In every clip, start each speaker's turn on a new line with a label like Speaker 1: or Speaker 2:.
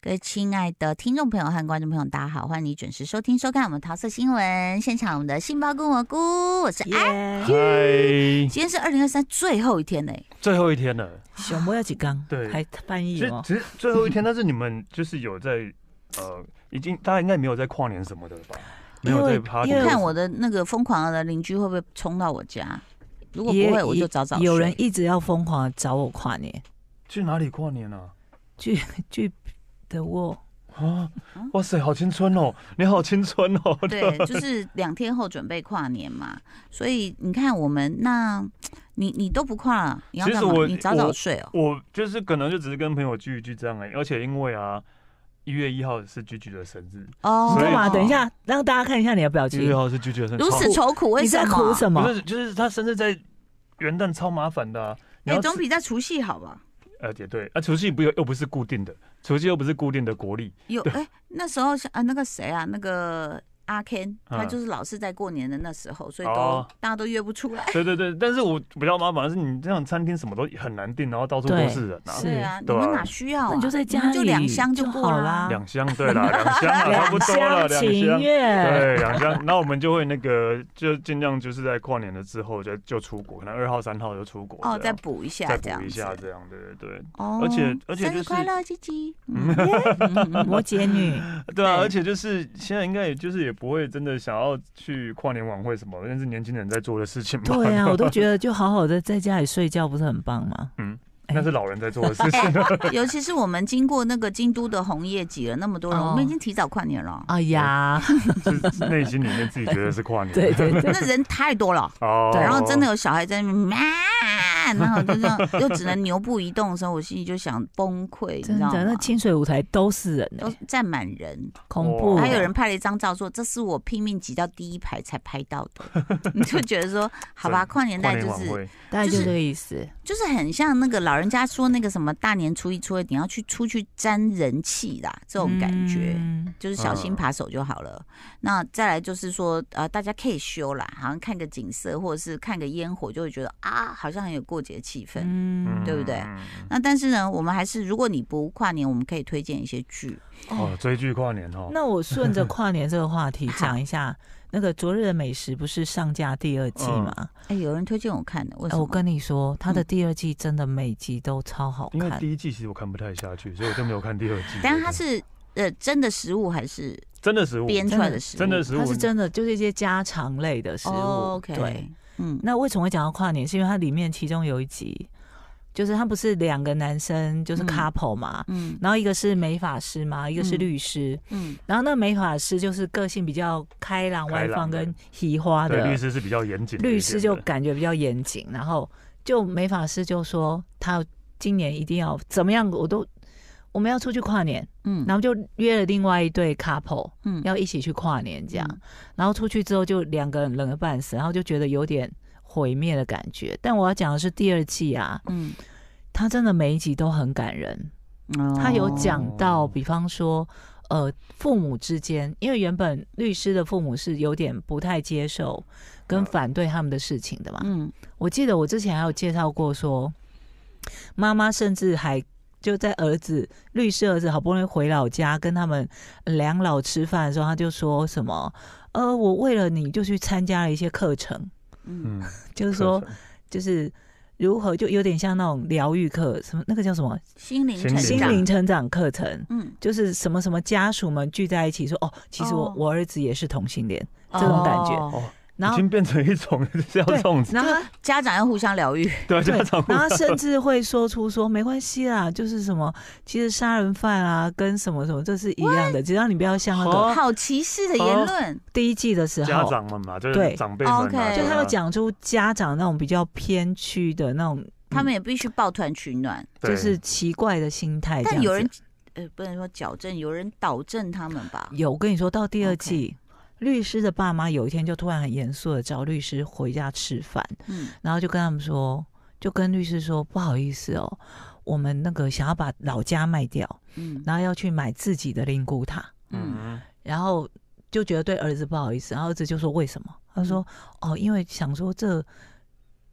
Speaker 1: 各位亲爱的听众朋友和观众朋友，大家好，欢迎你准时收听收看我们桃色新闻现场，我们的杏鲍菇蘑菇，我哎是安。
Speaker 2: 耶！
Speaker 3: 嗨，
Speaker 1: 今天是二零二三最后一天呢、
Speaker 3: 最后一天了。
Speaker 2: 小莫要几缸？
Speaker 3: 对
Speaker 2: 还翻
Speaker 1: 哎
Speaker 3: 其
Speaker 2: 译
Speaker 3: 实
Speaker 2: 哦。
Speaker 3: 其实最后一天，但是你们就是有在呃，已经大家应该没有在跨年什么的吧？没有
Speaker 2: 因
Speaker 3: 在
Speaker 2: 为
Speaker 3: party
Speaker 2: 因为
Speaker 3: 什么的。
Speaker 1: 看我的那个疯狂的邻居会不会冲到我家？如果不
Speaker 2: 也
Speaker 1: 会，我就早早睡
Speaker 2: 有人一 直要疯狂地找我跨年，哎
Speaker 3: 去哪里跨年啊？
Speaker 2: 去的沃
Speaker 3: 啊
Speaker 1: 嗯，
Speaker 3: 哇塞，好青春哦！你好青春哦！
Speaker 1: 对，就是两天后准备跨年嘛，所以你看我们那，你你都不跨了，你要
Speaker 3: 其实
Speaker 1: 干嘛？
Speaker 3: 我
Speaker 1: 你早早睡哦。
Speaker 3: 我就是可能就只是跟朋友聚一聚这样而已，而且因为啊，一月一号是居居的生日，
Speaker 1: 哦，
Speaker 2: 你
Speaker 3: 所以
Speaker 2: 干嘛？等一，下，让大家看一下你的表
Speaker 3: 一月一
Speaker 2: 情。
Speaker 3: 号是居居的生日，
Speaker 1: 如
Speaker 3: 超
Speaker 1: 此愁苦，为
Speaker 2: 你
Speaker 1: 什
Speaker 2: 在
Speaker 1: 么？哎
Speaker 2: 哭什
Speaker 3: 不
Speaker 2: 么？
Speaker 3: 是就是他生日在元旦超麻烦的、啊，你
Speaker 1: 哎、
Speaker 3: 要
Speaker 1: 总
Speaker 3: 吃
Speaker 1: 比在除夕好吧？
Speaker 3: 呃也对啊，除夕不又又不是固定的，除夕又不是固定的国历，
Speaker 1: 有哎、那时候像啊那个谁啊，那个阿 Ken，他
Speaker 3: 嗯
Speaker 1: 就是老是在过年的那时候，所以都、
Speaker 3: 哦
Speaker 1: 大家都约不出来。
Speaker 3: 对对对，但是我比较麻烦的是，你这样餐厅什么都很难订，然后到处都
Speaker 2: 对
Speaker 3: 是人啊，
Speaker 2: 是
Speaker 1: 对啊，你
Speaker 3: 对啊
Speaker 1: 们哪需要、啊？
Speaker 2: 那你就在家
Speaker 1: 们就两
Speaker 2: 里
Speaker 1: 箱
Speaker 2: 就
Speaker 1: 过
Speaker 2: 好
Speaker 1: 啦
Speaker 2: 啦。
Speaker 3: 两箱对啦， 两箱啊，差不多
Speaker 2: 厢
Speaker 3: 了，两
Speaker 2: 情
Speaker 3: 箱。
Speaker 2: 愿。
Speaker 3: 对，两箱，那我们就会那个，就尽量就是在跨年的之后就就出国，可能二号、三号就出国这样，
Speaker 1: 哦，再补一下
Speaker 3: 啊再
Speaker 1: 这样
Speaker 3: 补
Speaker 1: 子。
Speaker 3: 一下这样，对对对，
Speaker 1: 哦，
Speaker 3: 而且而且
Speaker 1: 生日
Speaker 3: 就是
Speaker 1: 快乐，鸡 鸡。嗯
Speaker 3: 嗯，
Speaker 2: 摩羯女，
Speaker 3: 对
Speaker 1: 对
Speaker 3: 啊，而且就是现在应该也就是也不会真的想要去跨年晚会什么，那是年轻人在做的事情嘛，
Speaker 2: 对啊，我都觉得就好好的在家里睡觉，不是很棒吗？
Speaker 3: 嗯
Speaker 2: 哎，
Speaker 3: 那是老人在做的事 情，
Speaker 1: 尤其是我们经过那个京都的红叶集了，那么多人，
Speaker 2: 哦
Speaker 1: 我们已经提早跨年了。
Speaker 2: 哎呀，
Speaker 3: 就是内心里面自己觉得是跨年，
Speaker 2: 对对对，
Speaker 1: 那人太多了，
Speaker 3: 哦，
Speaker 1: 然后真的有小孩在那边喵，然后就这样，又只能牛步移动的时候，我心里就想崩溃，你知
Speaker 2: 真
Speaker 1: 道
Speaker 2: 的，
Speaker 1: 吗
Speaker 2: 那？清水舞台都是人
Speaker 1: 都
Speaker 2: 欸，
Speaker 1: 站满人，
Speaker 2: 恐怖。
Speaker 1: 还有人拍了一张照说：“这是我拼命挤到第一排才拍到 的。”你就觉得说，好吧，
Speaker 3: 真
Speaker 1: 跨年
Speaker 3: 跨
Speaker 1: 代
Speaker 3: 年
Speaker 1: 就
Speaker 3: 晚
Speaker 1: 是
Speaker 3: 会，
Speaker 2: 大概
Speaker 1: 就
Speaker 2: 就是这个意思。
Speaker 1: 就是很像那个老人家说那个什么大年初一初二你要去出去沾人气啦，这种感觉。
Speaker 2: 嗯
Speaker 1: 就是小心
Speaker 3: 嗯
Speaker 1: 扒手就好了。那再来就是说，呃，大家可以休啦，好像看个景色或者是看个烟火，就会觉得啊，好像很有过节气氛。
Speaker 2: 嗯
Speaker 1: 对不对
Speaker 3: 嗯？
Speaker 1: 那但是呢，我们还是如果你不跨年，我们可以推荐一些剧。
Speaker 3: 哦，追剧跨年哦，
Speaker 2: 哎那我顺 着跨年这个话题
Speaker 1: 好
Speaker 2: 讲一下，那个《昨日的美食》不是上架第二季
Speaker 3: 嗯
Speaker 2: 吗？
Speaker 1: 哎，有人推荐我看的，为
Speaker 2: 哎、
Speaker 1: 什么？
Speaker 2: 我跟你说，它的
Speaker 1: 嗯
Speaker 2: 第二季真的每集都超好
Speaker 3: 因为
Speaker 2: 看。
Speaker 3: 第一季其实我看不太下去，所以我就没有看第二季。
Speaker 1: 但它是呃真的食物还是
Speaker 3: 真的食物，
Speaker 1: 编出来的食物？
Speaker 3: 真的食
Speaker 2: 它
Speaker 3: 物
Speaker 2: 是，真的就是一些家常类的食物。
Speaker 1: 哦 OK，
Speaker 2: 对，
Speaker 1: 嗯，
Speaker 2: 那为什么会讲到跨年？是因为它里面其中有一集，就是他不是两个男生就是
Speaker 1: 嗯
Speaker 2: couple 嘛，
Speaker 1: 嗯
Speaker 2: 然后一个是美法师嘛，一个是
Speaker 1: 嗯
Speaker 2: 律师，
Speaker 1: 嗯
Speaker 2: 然后那个美法师就是个性比较开朗、
Speaker 3: 开
Speaker 2: 外
Speaker 3: 朗
Speaker 2: 放
Speaker 3: 的
Speaker 2: 跟喜花
Speaker 3: 对
Speaker 2: 的
Speaker 3: 律师是比较严谨的一点的，
Speaker 2: 律师就感觉比较严谨，然后就美法师就说他今年一定要怎么样，我都我们要出去跨年，
Speaker 1: 嗯，
Speaker 2: 然后就约了另外一对 couple
Speaker 1: 嗯
Speaker 2: 要一起去跨年这样，
Speaker 1: 嗯
Speaker 2: 然后出去之后就两个人冷个半死，然后就觉得有点毁灭的感觉。但我要讲的是第二季啊，
Speaker 1: 嗯，
Speaker 2: 他真的每一集都很感人，
Speaker 1: 哦
Speaker 2: 他有讲到，比方说。呃，父母之间，因为原本律师的父母是有点不太接受跟
Speaker 3: 嗯
Speaker 2: 反对他们的事情的嘛，
Speaker 1: 嗯
Speaker 2: 我记得我之前还有介绍过说，妈妈甚至还就在儿子律师儿子好不容易回老家跟他们两老吃饭的时候，他就说什么：“呃，我为了你就去参加了一些课程，
Speaker 1: 嗯，
Speaker 3: 嗯，
Speaker 2: 就是说就是如何就有点像那种疗愈课，什么那个叫什么
Speaker 1: 心灵成
Speaker 3: 成
Speaker 2: 心
Speaker 3: 长
Speaker 2: 灵成长课程。”
Speaker 1: 嗯，
Speaker 2: 就是什么什么家属们聚在一起说哦，其实我、
Speaker 1: 哦
Speaker 2: 我儿子也是同性恋，这种感觉
Speaker 1: 哦
Speaker 3: 哦，
Speaker 2: 然
Speaker 3: 已
Speaker 2: 后
Speaker 3: 经变成一种是要
Speaker 2: 对
Speaker 3: 这种子，
Speaker 2: 然后
Speaker 1: 家长要互相疗愈，
Speaker 3: 对
Speaker 2: 对
Speaker 3: 家长，
Speaker 2: 然后他甚至会说出说没关系啦，就是什么，其实杀人犯啊跟什么什么这是一样的，只要你不要像那个
Speaker 3: 哦
Speaker 1: 好歧视的言论，
Speaker 2: 第一季的时
Speaker 3: 家
Speaker 2: 候，
Speaker 3: 长们嘛，就
Speaker 2: 哦对
Speaker 3: 是长辈们嘛，
Speaker 1: OK
Speaker 3: 对啊
Speaker 2: 就他有，讲出家长那种比较偏区的那种，
Speaker 1: 他们也必须抱团取暖。
Speaker 3: 对
Speaker 2: 就是奇怪的心哎态这样
Speaker 1: 但
Speaker 2: 子。
Speaker 1: 有人呃，不能说矫正，有人导正他们吧？
Speaker 2: 有我跟你说到第二季。律师的爸妈有一天就突然很严肃的找律师回家吃饭，
Speaker 1: 嗯
Speaker 2: 然后就跟他们说，就跟律师说不好意思哦，我们那个想要把老家卖掉，
Speaker 1: 嗯
Speaker 2: 然后要去买自己的灵骨塔，
Speaker 1: 嗯，
Speaker 3: 嗯，
Speaker 2: 然后就觉得对儿子不好意思，然后儿子就说为什么？他说哦，因为想说这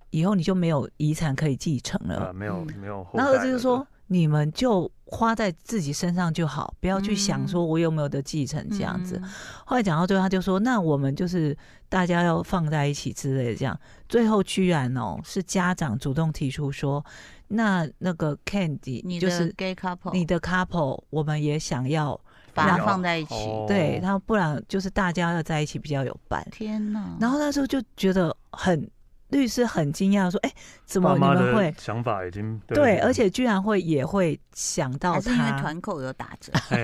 Speaker 2: 以后你就没有遗产可以继承了。
Speaker 3: 啊，没有没有后
Speaker 2: 嗯
Speaker 3: 代
Speaker 2: 然
Speaker 3: 了，
Speaker 2: 后儿子就说你们就花在自己身上就好，不要去想
Speaker 1: 嗯
Speaker 2: 说我有没有得继承这样子。
Speaker 1: 嗯
Speaker 2: 后来讲到最后，他就说：“那我们就是大家要放在一起之类的这样。”最后居然哦，是家长主动提出说：“那那个 Candy
Speaker 1: 你
Speaker 2: 就
Speaker 1: 的
Speaker 2: 是
Speaker 1: gay couple，
Speaker 2: 你的 couple，我们也想要
Speaker 1: 把
Speaker 2: 然
Speaker 1: 它
Speaker 2: 后
Speaker 1: 放在一起，
Speaker 3: 哦
Speaker 2: 对，他不然就是大家要在一起比较有伴。”
Speaker 1: 天哪！
Speaker 2: 然后那时候就觉得很律师很惊讶，说：“哎、怎么
Speaker 3: 爸
Speaker 2: 你
Speaker 3: 妈
Speaker 2: 们会
Speaker 3: 的？”想法已经
Speaker 2: 对，而且居然会也会想到
Speaker 1: 还是因为
Speaker 2: 他，
Speaker 1: 团购有打 折，
Speaker 3: 哎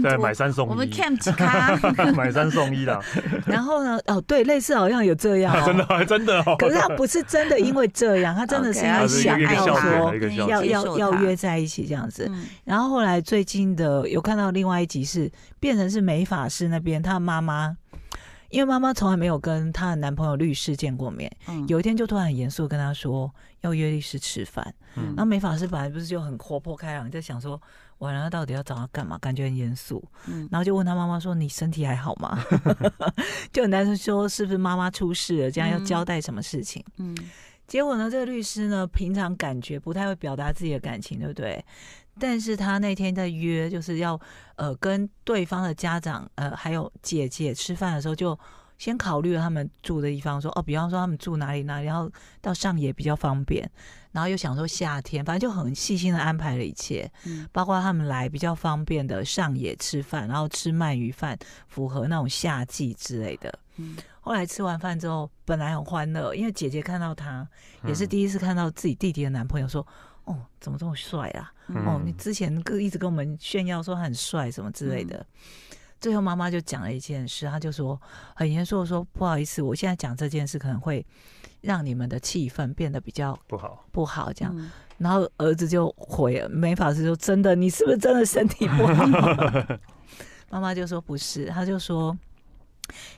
Speaker 3: 对买三送一，
Speaker 1: 我们 camp 几 咖，
Speaker 3: 买三送一啦，，
Speaker 2: 然后呢？哦，对，类似好像有这样、哦
Speaker 3: 真的还真的哦，
Speaker 2: 可是他不是真的因为这样，他真 的
Speaker 1: OK，
Speaker 2: 因为
Speaker 3: 他
Speaker 2: 想
Speaker 3: 一个
Speaker 2: 要
Speaker 3: 笑点
Speaker 2: 说
Speaker 3: 还一个
Speaker 1: 跟你
Speaker 3: 笑点
Speaker 2: 要
Speaker 1: 接
Speaker 2: 要
Speaker 1: 受
Speaker 2: 要
Speaker 1: 它
Speaker 2: 约，在一起这样子。
Speaker 1: 嗯
Speaker 2: 然后后来最近的有看到另外一集是变成是美法师那边他妈妈，因为妈妈从来没有跟她的男朋友律师见过面，
Speaker 1: 嗯
Speaker 2: 有一天就突然很严肃地跟他说要约律师吃饭。
Speaker 3: 嗯
Speaker 2: 然后美法师本来不是就很活泼开朗，在想说完了他到底要找他干嘛，感觉很严肃。
Speaker 1: 嗯
Speaker 2: 然后就问他妈妈说：“你身体还好吗？” 就很担心说是不是妈妈出事了，这样要
Speaker 1: 嗯
Speaker 2: 交代什么事情。
Speaker 1: 嗯，
Speaker 2: 结果呢，这个律师呢，平常感觉不太会表达自己的感情，对不对？但是他那天在约，就是要呃跟对方的家长，呃还有姐姐吃饭的时候，就先考虑了他们住的地方，说哦，比方说他们住哪里哪里，然后到上野比较方便，然后又想说夏天，反正就很细心的安排了一切，
Speaker 1: 嗯
Speaker 2: 包括他们来比较方便的上野吃饭，然后吃鳗鱼饭，符合那种夏季之类的。
Speaker 1: 嗯
Speaker 2: 后来吃完饭之后，本来很欢乐，因为姐姐看到他也是
Speaker 3: 嗯
Speaker 2: 第一次看到自己弟弟的男朋友，说：“哦，怎么这么帅啊？哦，
Speaker 3: 嗯
Speaker 2: 你之前跟一直跟我们炫耀说他很帅什么之类的。
Speaker 3: 嗯
Speaker 2: 最后妈妈就讲了一件事，她就说很严肃的说：“不好意思，我现在讲这件事可能会让你们的气氛变得比较
Speaker 3: 不好，
Speaker 2: 不好。”这样，
Speaker 1: 嗯
Speaker 2: 然后儿子就回了，美法师说：“真的，你是不是真的身体不好？” 妈妈就说：“不是。”她就说：“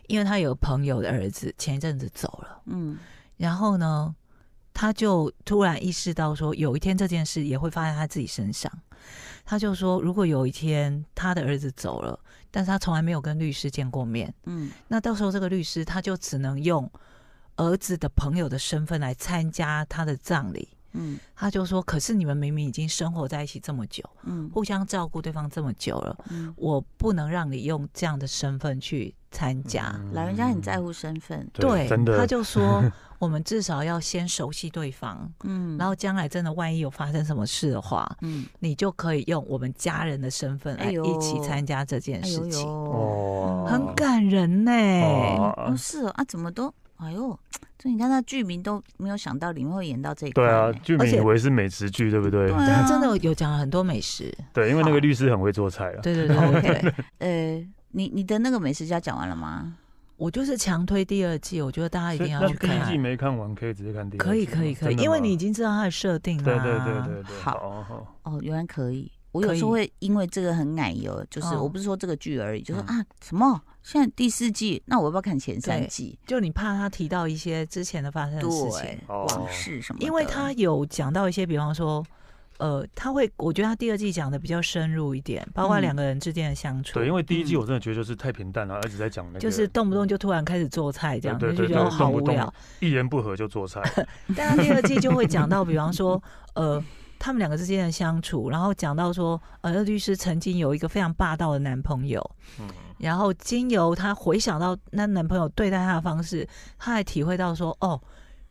Speaker 2: 因为她有朋友的儿子前一阵子走了，
Speaker 1: 嗯
Speaker 2: 然后呢，她就突然意识到说，有一天这件事也会发生在她自己身上。她就说，如果有一天她的儿子走了，但是她从来没有跟律师见过面，
Speaker 1: 嗯
Speaker 2: 那到时候这个律师他就只能用儿子的朋友的身份来参加他的葬礼。”
Speaker 1: 嗯
Speaker 2: 他就说：“可是你们明明已经生活在一起这么久，
Speaker 1: 嗯
Speaker 2: 互相照顾对方这么久了，
Speaker 1: 嗯，
Speaker 2: 我不能让你用这样的身份去参加。
Speaker 1: 老人家很在乎身份，
Speaker 2: 对，
Speaker 3: 嗯真的，
Speaker 2: 他就 说我们至少要先熟悉对方，
Speaker 1: 嗯，
Speaker 2: 然后将来真的万一有发生什么事的话，
Speaker 1: 嗯，
Speaker 2: 你就可以用我们家人的身份来
Speaker 1: 哎呦
Speaker 2: 一起参加这件
Speaker 1: 哎
Speaker 2: 事
Speaker 1: 呦
Speaker 2: 情，
Speaker 1: 呦，
Speaker 3: 哦，
Speaker 2: 很感人呢、
Speaker 1: 哦
Speaker 3: 哦，
Speaker 1: 是哦啊，怎么都，哎呦，就你看那剧名都没有想到里面会演到这一块
Speaker 3: 对啊
Speaker 1: 呢，，
Speaker 3: 剧
Speaker 2: 而
Speaker 3: 名
Speaker 2: 且
Speaker 3: 以为是美食剧，对不对？
Speaker 1: 对
Speaker 2: 他
Speaker 1: 啊，
Speaker 2: 真的有讲了很多美 食，
Speaker 3: 对，因为那个律师很会做菜啊。
Speaker 2: 对对对对对。
Speaker 1: 呃，你你的那个美食家讲完了吗？
Speaker 2: 我就是强推第二季，我觉得大家一
Speaker 3: 所以
Speaker 2: 定要
Speaker 3: 那
Speaker 2: 去
Speaker 3: 第一
Speaker 2: 看
Speaker 3: 季。没看完，可以直接看第二季吗。
Speaker 2: 可以可以可以，
Speaker 3: 真的
Speaker 2: 因为
Speaker 3: 吗
Speaker 2: 你已经知道它的设定了。啊
Speaker 3: 对对对对对，
Speaker 1: 好
Speaker 3: 好，好
Speaker 1: 哦，原来可以。我
Speaker 2: 可
Speaker 1: 有
Speaker 2: 以
Speaker 1: 时候会因为这个很奶油，就是
Speaker 2: 嗯
Speaker 1: 我不是说这个剧而已，就是
Speaker 3: 嗯
Speaker 1: 啊什么现在第四季，那我要不要看前三
Speaker 2: 对
Speaker 1: 季？
Speaker 2: 就你怕他提到一些之前的发生的事
Speaker 1: 对
Speaker 2: 情，，
Speaker 3: 哦
Speaker 1: 往事什么的？
Speaker 2: 因为他有讲到一些，比方说，呃，他会，我觉得他第二季讲的比较深入一点，包
Speaker 1: 嗯
Speaker 2: 括两个人之间的相处，
Speaker 3: 对，因为第一季
Speaker 1: 嗯
Speaker 3: 我真的觉得就是太平淡了，一直在讲那个，
Speaker 2: 就是动不动就突然开始做菜这样，
Speaker 3: 对
Speaker 2: 你
Speaker 3: 对
Speaker 2: 就
Speaker 3: 对
Speaker 2: 觉得哦
Speaker 3: 对，
Speaker 2: 好
Speaker 3: 动不
Speaker 2: 无聊
Speaker 3: 动。一言不合就 做菜，
Speaker 2: 但他第二季就会讲到，比方说，呃，他们两个之间的相处，然后讲到说，呃，那律师曾经有一个非常霸道的男朋友，
Speaker 3: 嗯
Speaker 2: 然后经由她回想到那男朋友对待她的方式，她还体会到说，哦，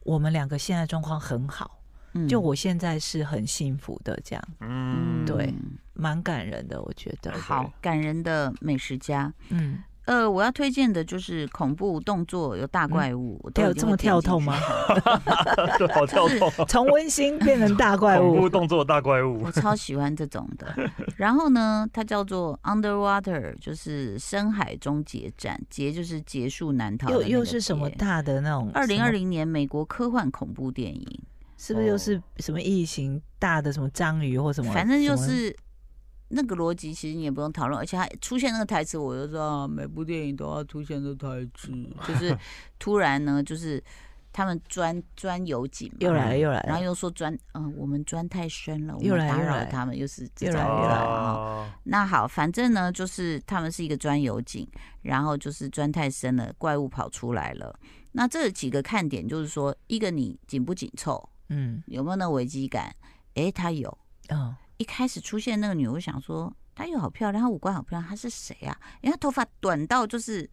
Speaker 2: 我们两个现在状况很好，
Speaker 1: 嗯
Speaker 2: 就我现在是很幸福的，这样
Speaker 3: 嗯，
Speaker 2: 对蛮感人的，我觉得。
Speaker 1: 好感人的美食家。
Speaker 2: 嗯，
Speaker 1: 呃，我要推荐的就是恐怖动作有大怪物，我都
Speaker 2: 跳
Speaker 1: 已经
Speaker 2: 这么
Speaker 1: 会点
Speaker 2: 跳
Speaker 1: 进
Speaker 2: 痛
Speaker 1: 去
Speaker 2: 吗
Speaker 1: 看 了？
Speaker 3: 对， 好跳动啊，
Speaker 2: 从温馨变成大怪
Speaker 3: 恐怖
Speaker 2: 物，
Speaker 3: 动作大怪物
Speaker 1: 我，超喜欢这种的。然后呢，它叫做 Underwater，就是深海终结战，结就是结束难逃的
Speaker 2: 又
Speaker 1: 那
Speaker 2: 又
Speaker 1: 个
Speaker 2: 是什么
Speaker 1: 结？
Speaker 2: 大的那种？
Speaker 1: 二零
Speaker 2: 什么
Speaker 1: 二，零年美国科幻恐怖电影，
Speaker 2: 是不是又是
Speaker 3: 哦
Speaker 2: 什么异形大的什么章鱼或什么？
Speaker 1: 反正就
Speaker 2: 什么
Speaker 1: 是那个逻辑，其实你也不用讨论，而且它出现那个台词，我就知道、啊、每部电影都要出现这台词， 就是突然呢，就是他们钻钻油井嘛，
Speaker 2: 又来了又来
Speaker 1: 然后
Speaker 2: 了，
Speaker 1: 又说钻，嗯、我们钻太深了，我
Speaker 2: 又
Speaker 1: 们
Speaker 2: 来
Speaker 1: 打
Speaker 2: 又
Speaker 1: 扰
Speaker 2: 来
Speaker 1: 他们，又是这
Speaker 2: 又
Speaker 1: 种
Speaker 2: 来又来哦
Speaker 1: 啊。
Speaker 3: 啊，
Speaker 1: 那好，反正呢，就是他们是一个钻油井，然后就是钻太深了，怪物跑出来了。那这几个看点就是说，一个你紧不紧凑，
Speaker 2: 嗯
Speaker 1: 有没有那危机感？诶，他有。
Speaker 2: 嗯，
Speaker 1: 一开始出现那个女，我就想说她又好漂亮，她五官好漂亮，她是谁啊？因为她头发短到就是。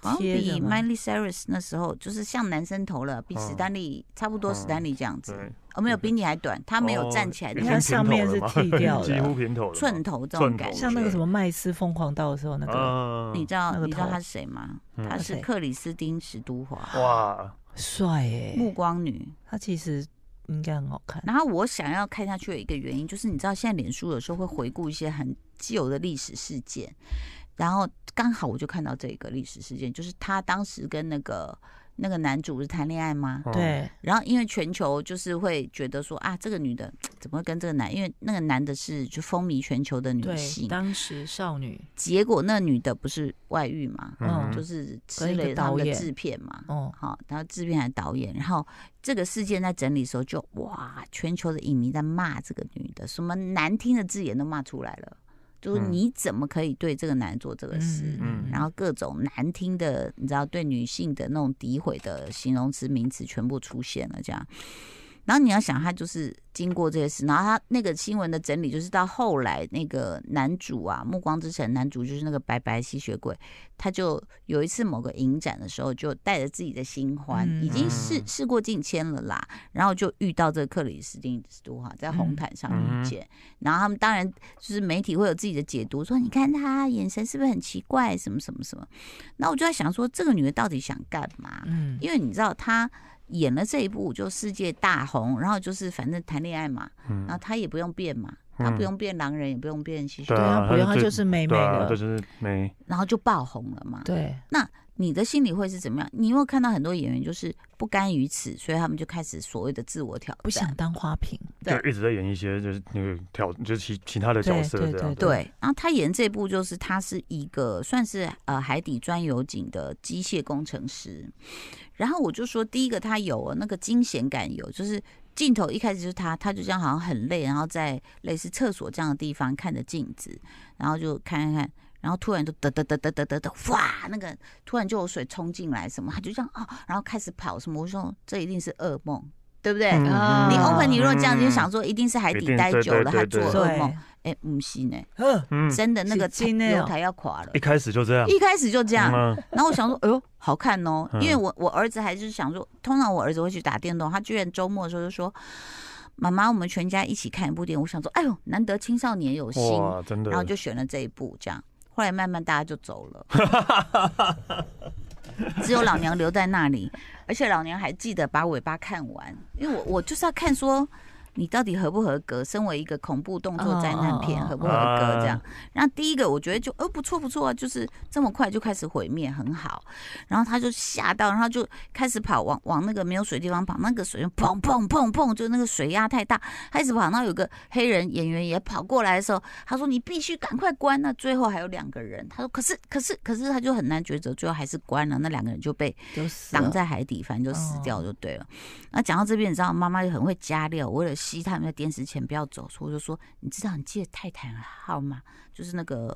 Speaker 1: 好像
Speaker 2: 贴着
Speaker 1: 比
Speaker 2: 吗
Speaker 1: Miley Cyrus 那时候就是像男生头了，比
Speaker 3: 嗯
Speaker 1: 史丹利、差不多，
Speaker 3: 嗯
Speaker 1: 史丹利这样子，
Speaker 3: 对，
Speaker 1: 哦，没有比你还短，她没有
Speaker 3: 哦
Speaker 1: 站起来
Speaker 3: 已
Speaker 1: 的
Speaker 2: 因
Speaker 3: 经
Speaker 2: 为它上面是
Speaker 3: 平头了嘛
Speaker 2: 剃掉
Speaker 3: 几乎
Speaker 2: 的，
Speaker 3: 平头了嘛，
Speaker 1: 寸头这种感
Speaker 3: 寸头
Speaker 1: 觉。
Speaker 2: 像那个什么麦斯疯狂到的时候那个
Speaker 3: 嗯
Speaker 1: 你知道
Speaker 2: 那个
Speaker 1: 你知道
Speaker 2: 头
Speaker 1: 她是谁吗？
Speaker 3: 嗯
Speaker 1: 她是
Speaker 2: 谁
Speaker 1: 克里斯汀·史都华，
Speaker 3: 哇，
Speaker 2: 帅哎，
Speaker 1: 暮光女。
Speaker 2: 他其实应该很好看。
Speaker 1: 然后我想要看下去的一个原因，就是你知道现在脸书有时候会回顾一些很旧的历史事件，然后刚好我就看到这个历史事件，就是他当时跟那个那个男主不是谈恋爱吗？
Speaker 3: 嗯，
Speaker 2: 对，
Speaker 1: 然后因为全球就是会觉得说啊，这个女的怎么会跟这个男？因为那个男的是就风靡全球的女
Speaker 2: 对，
Speaker 1: 性，
Speaker 2: 当时少女，
Speaker 1: 结果那女的不是外遇嘛，
Speaker 2: 嗯
Speaker 1: 就
Speaker 3: 哼
Speaker 1: 是吃
Speaker 2: 跟一个
Speaker 1: 了他们
Speaker 2: 导
Speaker 1: 的
Speaker 2: 演
Speaker 1: 制片嘛，
Speaker 2: 哦，
Speaker 1: 好，然后制片还导演，然后这个事件在整理的时候就哇，全球的影迷在骂这个女的，什么难听的字眼都骂出来了，就是
Speaker 3: 嗯
Speaker 1: 你怎么可以对这个男人做这个事？
Speaker 3: 嗯
Speaker 1: 然后各种难听的，你知道对女性的那种诋毁的形容词、名词全部出现了，这样。然后你要想，他就是经过这些事，然后他那个新闻的整理，就是到后来那个男主啊，《暮光之城》男主就是那个白白吸血鬼，他就有一次某个影展的时候，就带着自己的新欢，
Speaker 2: 嗯
Speaker 1: 已经事
Speaker 3: 嗯
Speaker 1: 事过境迁了啦，然后就遇到这个克里斯汀·斯图哈在红毯上
Speaker 3: 嗯
Speaker 1: 遇见，然后他们当然就是媒体会有自己的解读，说你看她眼神是不是很奇怪，什么什么什么。那我就在想说，这个女的到底想干嘛？
Speaker 2: 嗯，
Speaker 1: 因为你知道她演了这一部就世界大红，然后就是反正谈恋爱嘛，
Speaker 3: 嗯
Speaker 1: 然后她也不用变嘛，
Speaker 3: 嗯
Speaker 1: 她不用变狼人，也不用变吸血
Speaker 2: 对
Speaker 3: 对
Speaker 1: 鬼，
Speaker 3: 啊
Speaker 2: 啊，不用，
Speaker 3: 她
Speaker 2: 她
Speaker 3: 就
Speaker 2: 就是美美
Speaker 3: 对啊，这
Speaker 2: 的，
Speaker 3: 就是没
Speaker 1: 然后就爆红了嘛。
Speaker 2: 对，
Speaker 1: 你的心里会是怎么样？你有没有看到很多演员就是不甘于此，所以他们就开始所谓的自我挑
Speaker 2: 不想
Speaker 1: 战？
Speaker 2: 当花瓶，
Speaker 3: 就
Speaker 1: 对
Speaker 3: 一直在演一些就是那个挑，就是其其他的角
Speaker 2: 对
Speaker 3: 色
Speaker 2: 对
Speaker 3: 这
Speaker 2: 对
Speaker 3: 样。
Speaker 1: 对，然后他演这部就是他是一个算是呃海底专有井的机械工程师，然后我就说第一个他有哦那个惊险感有，就是镜头一开始就是他，他就这样好像很累，然后在类似厕所这样的地方看着镜子，然后就看看看，然后突然就得得得得得得得，哇，那个突然就有水冲进来什么，他就这样哦，然后开始跑什么，我说这一定是噩梦，对不对？
Speaker 3: 嗯
Speaker 2: 啊
Speaker 1: 你
Speaker 2: 嗯
Speaker 1: open，你如果这样，你就
Speaker 3: 嗯
Speaker 1: 想说一定是海
Speaker 3: 一
Speaker 1: 底
Speaker 3: 定
Speaker 1: 待
Speaker 3: 对
Speaker 1: 久
Speaker 3: 对
Speaker 1: 了，
Speaker 3: 对
Speaker 1: 他做
Speaker 3: 对
Speaker 1: 噩梦
Speaker 2: 对。，
Speaker 1: 哎，不是呢，
Speaker 2: 呃
Speaker 3: 嗯，
Speaker 1: 真的那个
Speaker 2: 是真的哦
Speaker 1: 楼台要垮了
Speaker 3: 一。开始就这样，
Speaker 1: 一开始就这样，
Speaker 3: 嗯
Speaker 1: 然后我想说，哎呦，好看哦，
Speaker 3: 嗯
Speaker 1: 因为我我儿子还是想说，通常我儿子会去打电动，他居然周末的时候就说，妈妈，我们全家一起看一部电影。我想说，哎呦，难得青少年有心，
Speaker 3: 哇，真的，
Speaker 1: 然后就选了这一部，这样。后来慢慢大家就走了，只有老娘留在那 里，而且老娘还记得把尾巴看完，因为我我就是要看说你到底合不合格，身为一个恐怖动作灾难片
Speaker 2: 哦哦哦
Speaker 1: 合不合格这样。然后第一个我觉得就哦不错不错啊，就是这么快就开始毁灭，很好。然后他就吓到，然后就开始跑往往那个没有水的地方跑，那个水就砰砰砰砰，就那个水压太大，开始跑。然后有个黑人演员也跑过来的时候，他说：“你必须赶快关了。”最后还有两个人，他说：“可是可是可是，他就很难抉择，最后还是关了。那两个人就被
Speaker 2: 就死
Speaker 1: 挡
Speaker 2: 了，
Speaker 1: 在海底，反正就死掉就对了。那讲到这边，你知道妈妈就很会加料，为了吸他们在电视前不要走，所以我就说，你知道你记得泰坦号吗？就是那个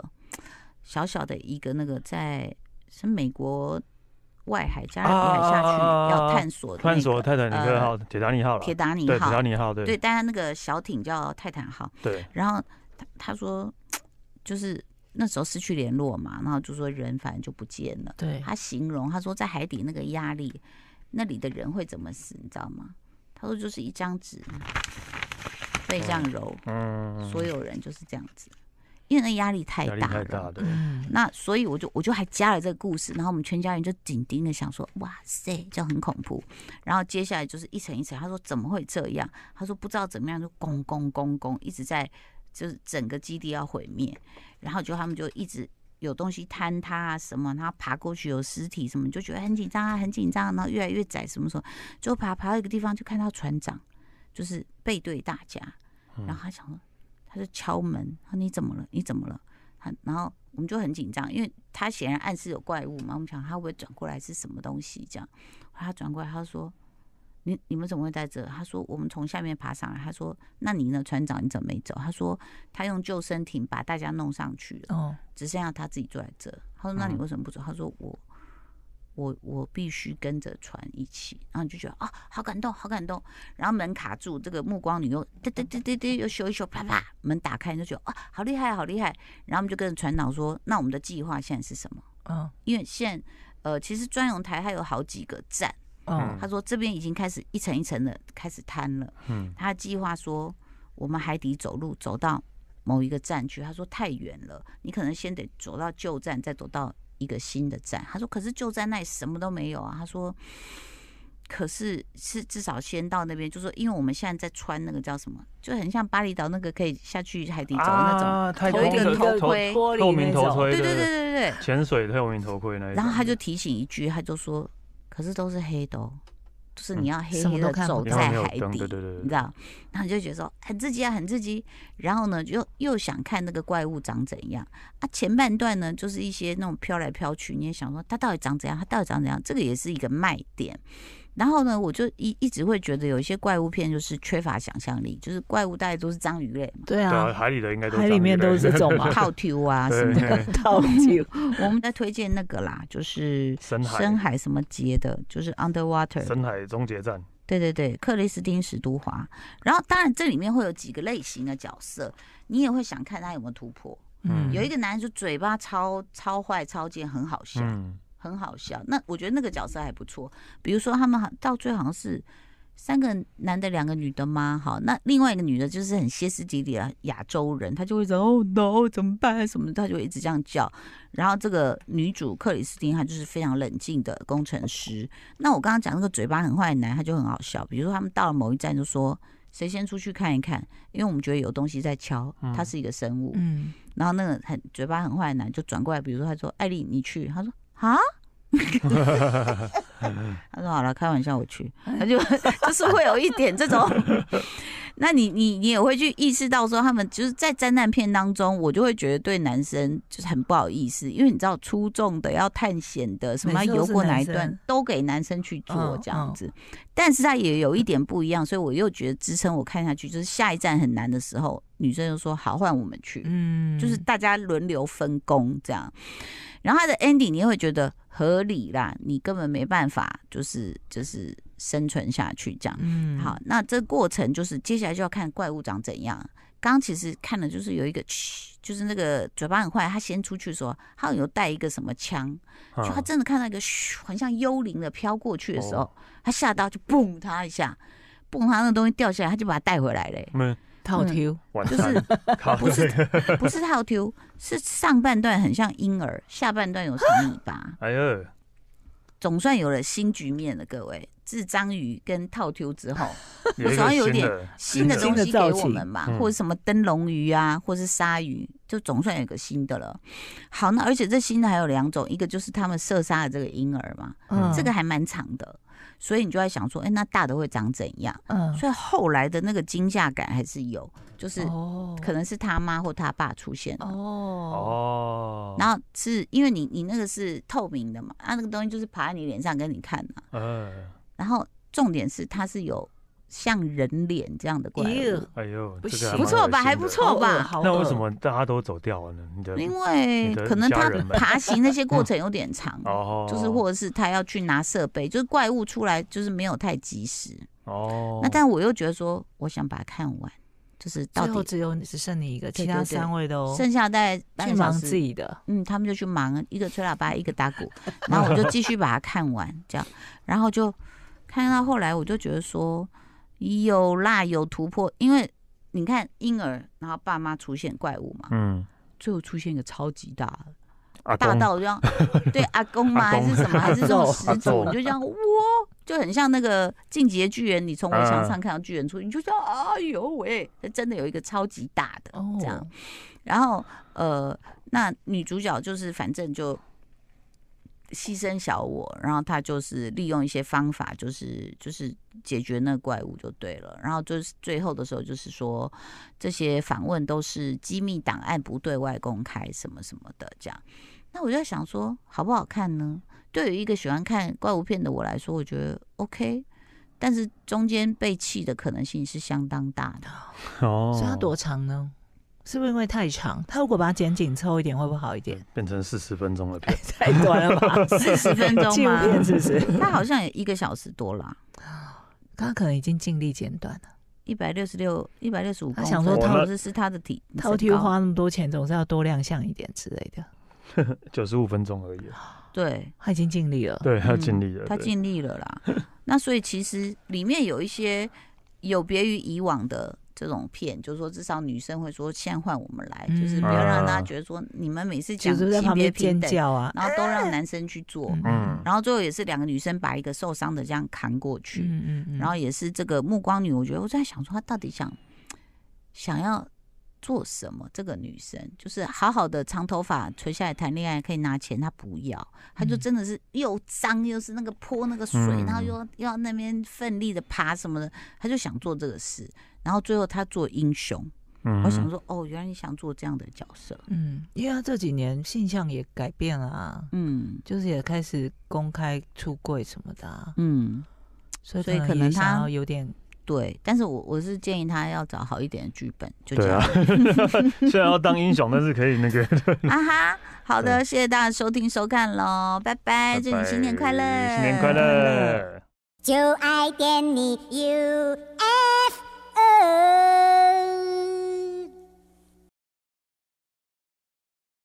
Speaker 1: 小小的一个那个在是美国外海加勒比海下去要探索的、那个、呃
Speaker 3: 探索泰坦尼克号、铁达尼号了，
Speaker 1: 铁达尼
Speaker 3: 对，铁达
Speaker 1: 号，
Speaker 3: 尼号，对
Speaker 1: 对，但它那个小艇叫泰坦号。
Speaker 3: 对，
Speaker 1: 然后他他说，就是那时候失去联络嘛，然后就说人反正就不见了。
Speaker 2: 对，
Speaker 1: 他形容他说在海底那个压力，那里的人会怎么死，你知道吗？他说就是一张纸被这样揉，
Speaker 3: 哦嗯，
Speaker 1: 所有人就是这样子，因为那压力太
Speaker 3: 压力
Speaker 1: 大
Speaker 3: 太
Speaker 1: 了。
Speaker 3: 大的，
Speaker 2: 嗯，
Speaker 1: 那所以我就我就还加了这个故事，然后我们全家人就紧盯着想说，哇塞，这样很恐怖。然后接下来就是一层一层，他说怎么会这样？他说不知道怎么样，就攻攻攻攻，一直在就是整个基地要毁灭，然后就他们就一直。有东西坍塌啊什么，然后爬过去有尸体什么，你就觉得很紧张啊，很紧张啊，然后越来越窄什么什么，就爬爬到一个地方就看到船长，就是背对大家，
Speaker 3: 嗯
Speaker 1: 然后他想说，他就敲门，他说你怎么了？你怎么了？他然后我们就很紧张，因为他显然暗示有怪物嘛，我们想他会不会转过来是什么东西这样。后来他转过来，他说：“你你们怎么会在这？”他说：“我们从下面爬上来。”他说：“那你呢，船长？你怎么没走？”他说：“他用救生艇把大家弄上去了，
Speaker 2: 哦，
Speaker 1: 只剩下他自己坐在这。”他说：“那你
Speaker 3: 嗯
Speaker 1: 为什么不走？”他说：“我。”我我必须跟着船一起，然后你就觉得啊，好感动，好感动。然后门卡住，这个目光女又滴滴滴滴滴又咻一咻，啪啪门打开，你就觉得啊，好厉害，好厉害。然后我们就跟着船长说，那我们的计划现在是什么？
Speaker 2: 嗯
Speaker 1: 因为现在呃，其实专用台它有好几个站，
Speaker 2: 嗯
Speaker 1: 他说这边已经开始一层一层的开始摊了。
Speaker 3: 嗯
Speaker 1: 他计划说，我们海底走路走到某一个站去。他说太远了，你可能先得走到旧站，再走到一个新的站。他说，可是旧站那里什么都没有啊。他说，可是是至少先到那边，就说因为我们现在在穿那个叫什么，就很像巴厘岛那个可以下去海底走那种。
Speaker 3: 啊，太
Speaker 1: 有一
Speaker 3: 空
Speaker 1: 个
Speaker 3: 的
Speaker 1: 头盔
Speaker 2: 玻璃
Speaker 3: 嗯透明
Speaker 2: 那
Speaker 3: 头
Speaker 2: 种
Speaker 3: 盔，
Speaker 1: 对对对对对。
Speaker 3: 潜水透明头盔那一种。
Speaker 1: 然后他就提醒一句，他就说：“可是都是黑的、哦，就是你要黑
Speaker 2: 什么
Speaker 1: 黑
Speaker 2: 都
Speaker 1: 的
Speaker 2: 看不
Speaker 1: 走
Speaker 3: 因
Speaker 1: 在
Speaker 2: 到，
Speaker 3: 为嗯没有
Speaker 1: 海底，
Speaker 3: 灯，对对对
Speaker 1: 你知
Speaker 3: 对，
Speaker 1: 道？”然后你就觉得说很刺激啊，很刺激。然后呢，又又想看那个怪物长怎样啊。前半段呢，就是一些那种飘来飘去，你也想说它到底长怎样，它到底长怎样，这个也是一个卖点。然后呢，我就一一直会觉得有一些怪物片就是缺乏想象力，就是怪物大概都是章鱼类嘛
Speaker 2: 对
Speaker 3: 对啊，
Speaker 2: 啊，
Speaker 3: 海里的应该都
Speaker 2: 海里面都是这 种嘛，
Speaker 1: 套 Q 啊什么的。
Speaker 3: 对
Speaker 2: 套球，
Speaker 1: 我们在推荐那个啦，就是
Speaker 3: 深海
Speaker 1: 深海什么节的，就是 Underwater，
Speaker 3: 深海终结站，
Speaker 1: 对对对，克里斯汀·史都华。然后当然这里面会有几个类型的角色，你也会想看他有没有突破。
Speaker 3: 嗯
Speaker 1: 有一个男人就嘴巴超超坏、超贱，很好笑，
Speaker 3: 嗯，
Speaker 1: 很好笑。那我觉得那个角色还不错。比如说他们好到最后好像是三个男的、两个女的吗？好，那另外一个女的就是很歇斯底里的亚洲人，她就会说哦 no 怎么办什么的，她就会一直这样叫。然后这个女主克里斯汀她就是非常冷静的工程师。那我刚刚讲那个嘴巴很坏的男，他就很好笑。比如说他们到了某一站就说。谁先出去看一看？因为我们觉得有东西在敲，
Speaker 3: 嗯
Speaker 1: 它是一个生物。
Speaker 2: 嗯，
Speaker 1: 然后那个很嘴巴很坏的男就转过来，比如说他说：“艾丽，你去。”他说：“啊。” 他说：“好了，开玩笑，我去。”他就 就是会有一点这种， 那你你你也会去意识到说，他们就是在灾难片当中，我就会觉得对男生就是很不好意思，因为你知道出众的要探险的，什么
Speaker 2: 每次
Speaker 1: 要
Speaker 2: 都
Speaker 1: 游
Speaker 2: 是
Speaker 1: 过哪一
Speaker 2: 男
Speaker 1: 段
Speaker 2: 生
Speaker 1: 都给男生去做
Speaker 2: 嗯
Speaker 1: 这样
Speaker 2: 嗯
Speaker 1: 子，但是他也有一点不一样，所以我又觉得支撑我看下去，就是下一站很难的时候，女生就说：“好，换我们去。”
Speaker 2: 嗯，
Speaker 1: 就是大家轮流分工这样。然后他的 ending 你也会觉得合理啦，你根本没办法，就是就是生存下去这样。
Speaker 2: 嗯
Speaker 1: 好，，那这过程就是接下来就要看怪物长怎样。刚刚其实看的就是有一个嘘，就是那个嘴巴很坏，他先出去的时候，他好像有带一个什么枪，
Speaker 3: 嗯
Speaker 1: 就他真的看到一个嘘，很像幽灵的飘过去的时候，
Speaker 3: 哦
Speaker 1: 他吓到就嘣他一下，嘣他那个东西掉下来，他就把它带回来欸嘞、
Speaker 3: 嗯，
Speaker 2: 套球，
Speaker 3: 晚
Speaker 1: 就
Speaker 3: 餐
Speaker 1: 是
Speaker 3: 靠，
Speaker 1: 不是不是套丢，是上半段很像婴儿，下半段有长尾巴
Speaker 3: 哎呦，
Speaker 1: 总算有了新局面了，各位。自章鱼跟套丢之 后，
Speaker 3: 有一
Speaker 1: 好像
Speaker 3: 个
Speaker 1: 有
Speaker 3: 新
Speaker 1: 点
Speaker 3: 的
Speaker 1: 新的东西给我们嘛，
Speaker 3: 嗯
Speaker 1: 或者什么灯笼鱼啊，或是鲨鱼，就总算有个新的了。好，那而且这新的还有两种，一个就是他们射杀的这个婴儿嘛，
Speaker 3: 嗯
Speaker 1: 这个还蛮长的，所以你就在想说，哎、那大的会长怎样？
Speaker 2: 嗯，
Speaker 1: 所以后来的那个惊吓感还是有，就是
Speaker 2: 哦，
Speaker 1: 可能是他妈或他爸出现了。
Speaker 2: 哦，
Speaker 3: 哦，
Speaker 1: 然后是因为你你那个是透明的嘛，啊那个东西就是爬在你脸上跟你看嘛、
Speaker 3: 嗯，
Speaker 1: 然后重点是它是有像人脸这样的怪
Speaker 2: 咦
Speaker 1: 物，
Speaker 3: 哎呦，
Speaker 2: 不
Speaker 3: 这
Speaker 2: 行
Speaker 3: 个还蛮
Speaker 1: 不错吧还不错
Speaker 2: 好
Speaker 3: 恶心的
Speaker 2: 恶
Speaker 1: 吧
Speaker 2: 好
Speaker 3: 那为
Speaker 2: 恶
Speaker 3: 什么大家都走掉了呢？你的
Speaker 1: 因为
Speaker 3: 你的
Speaker 1: 可能
Speaker 3: 家
Speaker 1: 它
Speaker 3: 人们，
Speaker 1: 爬行那些过程有点长
Speaker 3: 哦，
Speaker 1: 就是或者是它要去拿设备，就是怪物出来就是没有太及时。
Speaker 3: 哦，
Speaker 1: 那但我又觉得说，我想把它看完，就是到
Speaker 2: 最后
Speaker 1: 底
Speaker 2: 只有只剩你一个，
Speaker 1: 对
Speaker 2: 其
Speaker 1: 对
Speaker 2: 他
Speaker 1: 对
Speaker 2: 三位都
Speaker 1: 剩下大概半
Speaker 2: 去
Speaker 1: 个小
Speaker 2: 忙自
Speaker 1: 时。
Speaker 2: 己的，
Speaker 1: 嗯，他们就去忙，一个吹喇叭，一个打鼓， 然后我就继续把它看完，这样，然后就看到后来，我就觉得说有啦，有突破，因为你看婴儿，然后爸妈出现怪物嘛，
Speaker 3: 嗯，
Speaker 1: 最后出现一个超级大的，
Speaker 3: 阿
Speaker 1: 大
Speaker 3: 公
Speaker 1: 到这样，对阿公吗？
Speaker 3: 阿
Speaker 1: 还
Speaker 3: 公
Speaker 1: 是什么？还是这种始
Speaker 3: 阿
Speaker 1: 祖？
Speaker 3: 祖
Speaker 1: 你就这样哇，就很像那个《进击的巨人》，你从围
Speaker 3: 嗯
Speaker 1: 墙上看到巨人出，你就说哎呦喂，真的有一个超级大的
Speaker 2: 哦，
Speaker 1: 这样。然后呃，那女主角就是反正就牺牲小我，然后她就是利用一些方法，就是就是解决那个怪物就对了。然后就是最后的时候，就是说这些访问都是机密档案，不对外公开什么什么的这样。那我就在想说，好不好看呢？对于一个喜欢看怪物片的我来说，我觉得 OK，但是中间被弃的可能性是相当大的。
Speaker 3: 哦，
Speaker 2: 所以它多长呢？是不是因为太长？他如果把它剪紧凑一点，会不会好一 点？
Speaker 3: 变成四十分钟的片，
Speaker 2: 太短了 吧？
Speaker 1: 四十分 钟
Speaker 2: 纪录
Speaker 1: 吗？
Speaker 2: 片是 不是？
Speaker 1: 他好像也一个小时多啦，
Speaker 2: 他可能已经尽力剪短了。
Speaker 1: 一百六十六、一百六十五
Speaker 2: 他
Speaker 1: 公
Speaker 2: 想
Speaker 1: 分，
Speaker 2: 说
Speaker 3: 套
Speaker 1: 是是他的体
Speaker 2: 饕餮花那么多钱，总是要多亮相一点之类的。
Speaker 3: 九十五分钟而已。
Speaker 1: 对，
Speaker 2: 他已经尽力了。
Speaker 3: 对他
Speaker 1: 嗯
Speaker 3: 尽力了，
Speaker 1: 他
Speaker 3: 对
Speaker 1: 尽力了啦。那所以其实里面有一些有别于以往的这种片，就是说至少女生会说现在换我们来，
Speaker 2: 嗯
Speaker 1: 就是不要让大家
Speaker 3: 啊
Speaker 1: 觉得说你们每次
Speaker 2: 就
Speaker 1: 讲
Speaker 2: 是在
Speaker 1: 性
Speaker 2: 旁
Speaker 1: 别
Speaker 2: 边
Speaker 1: 平
Speaker 2: 尖
Speaker 1: 等，
Speaker 2: 叫啊，
Speaker 1: 然后都让男生去做，
Speaker 3: 嗯
Speaker 1: 然后最后也是两个女生把一个受伤的这样扛过去，
Speaker 2: 嗯嗯嗯，
Speaker 1: 然后也是这个目光女，我觉得我在想说她到底想想要做什么？这个女生就是好好的长头发垂下来谈恋爱可以拿钱，她不要，她就
Speaker 2: 嗯
Speaker 1: 真的是又脏又是那个泼那个水，
Speaker 3: 嗯
Speaker 1: 然后又又要那边奋力的爬什么的，她就想做这个事，然后最后她做英雄，
Speaker 3: 嗯
Speaker 1: 我想说哦，原来你想做这样的角色，
Speaker 2: 嗯，因为他这几年性向也改变了啊，
Speaker 1: 嗯
Speaker 2: 就是也开始公开出柜什么的、啊，
Speaker 1: 嗯，
Speaker 2: 所以
Speaker 1: 所以
Speaker 2: 可
Speaker 1: 可能
Speaker 2: 能也想
Speaker 1: 他
Speaker 2: 要有点
Speaker 1: 对，但是我我是建议她要找好一点的剧本，就这
Speaker 3: 对
Speaker 1: 样
Speaker 3: 啊。， 虽然要当英雄，但是可以那个
Speaker 1: 啊哈，好的，谢谢大家收听收看喽，拜拜，祝 你新年快乐，
Speaker 3: 新年快乐。
Speaker 4: 就爱点你 U。F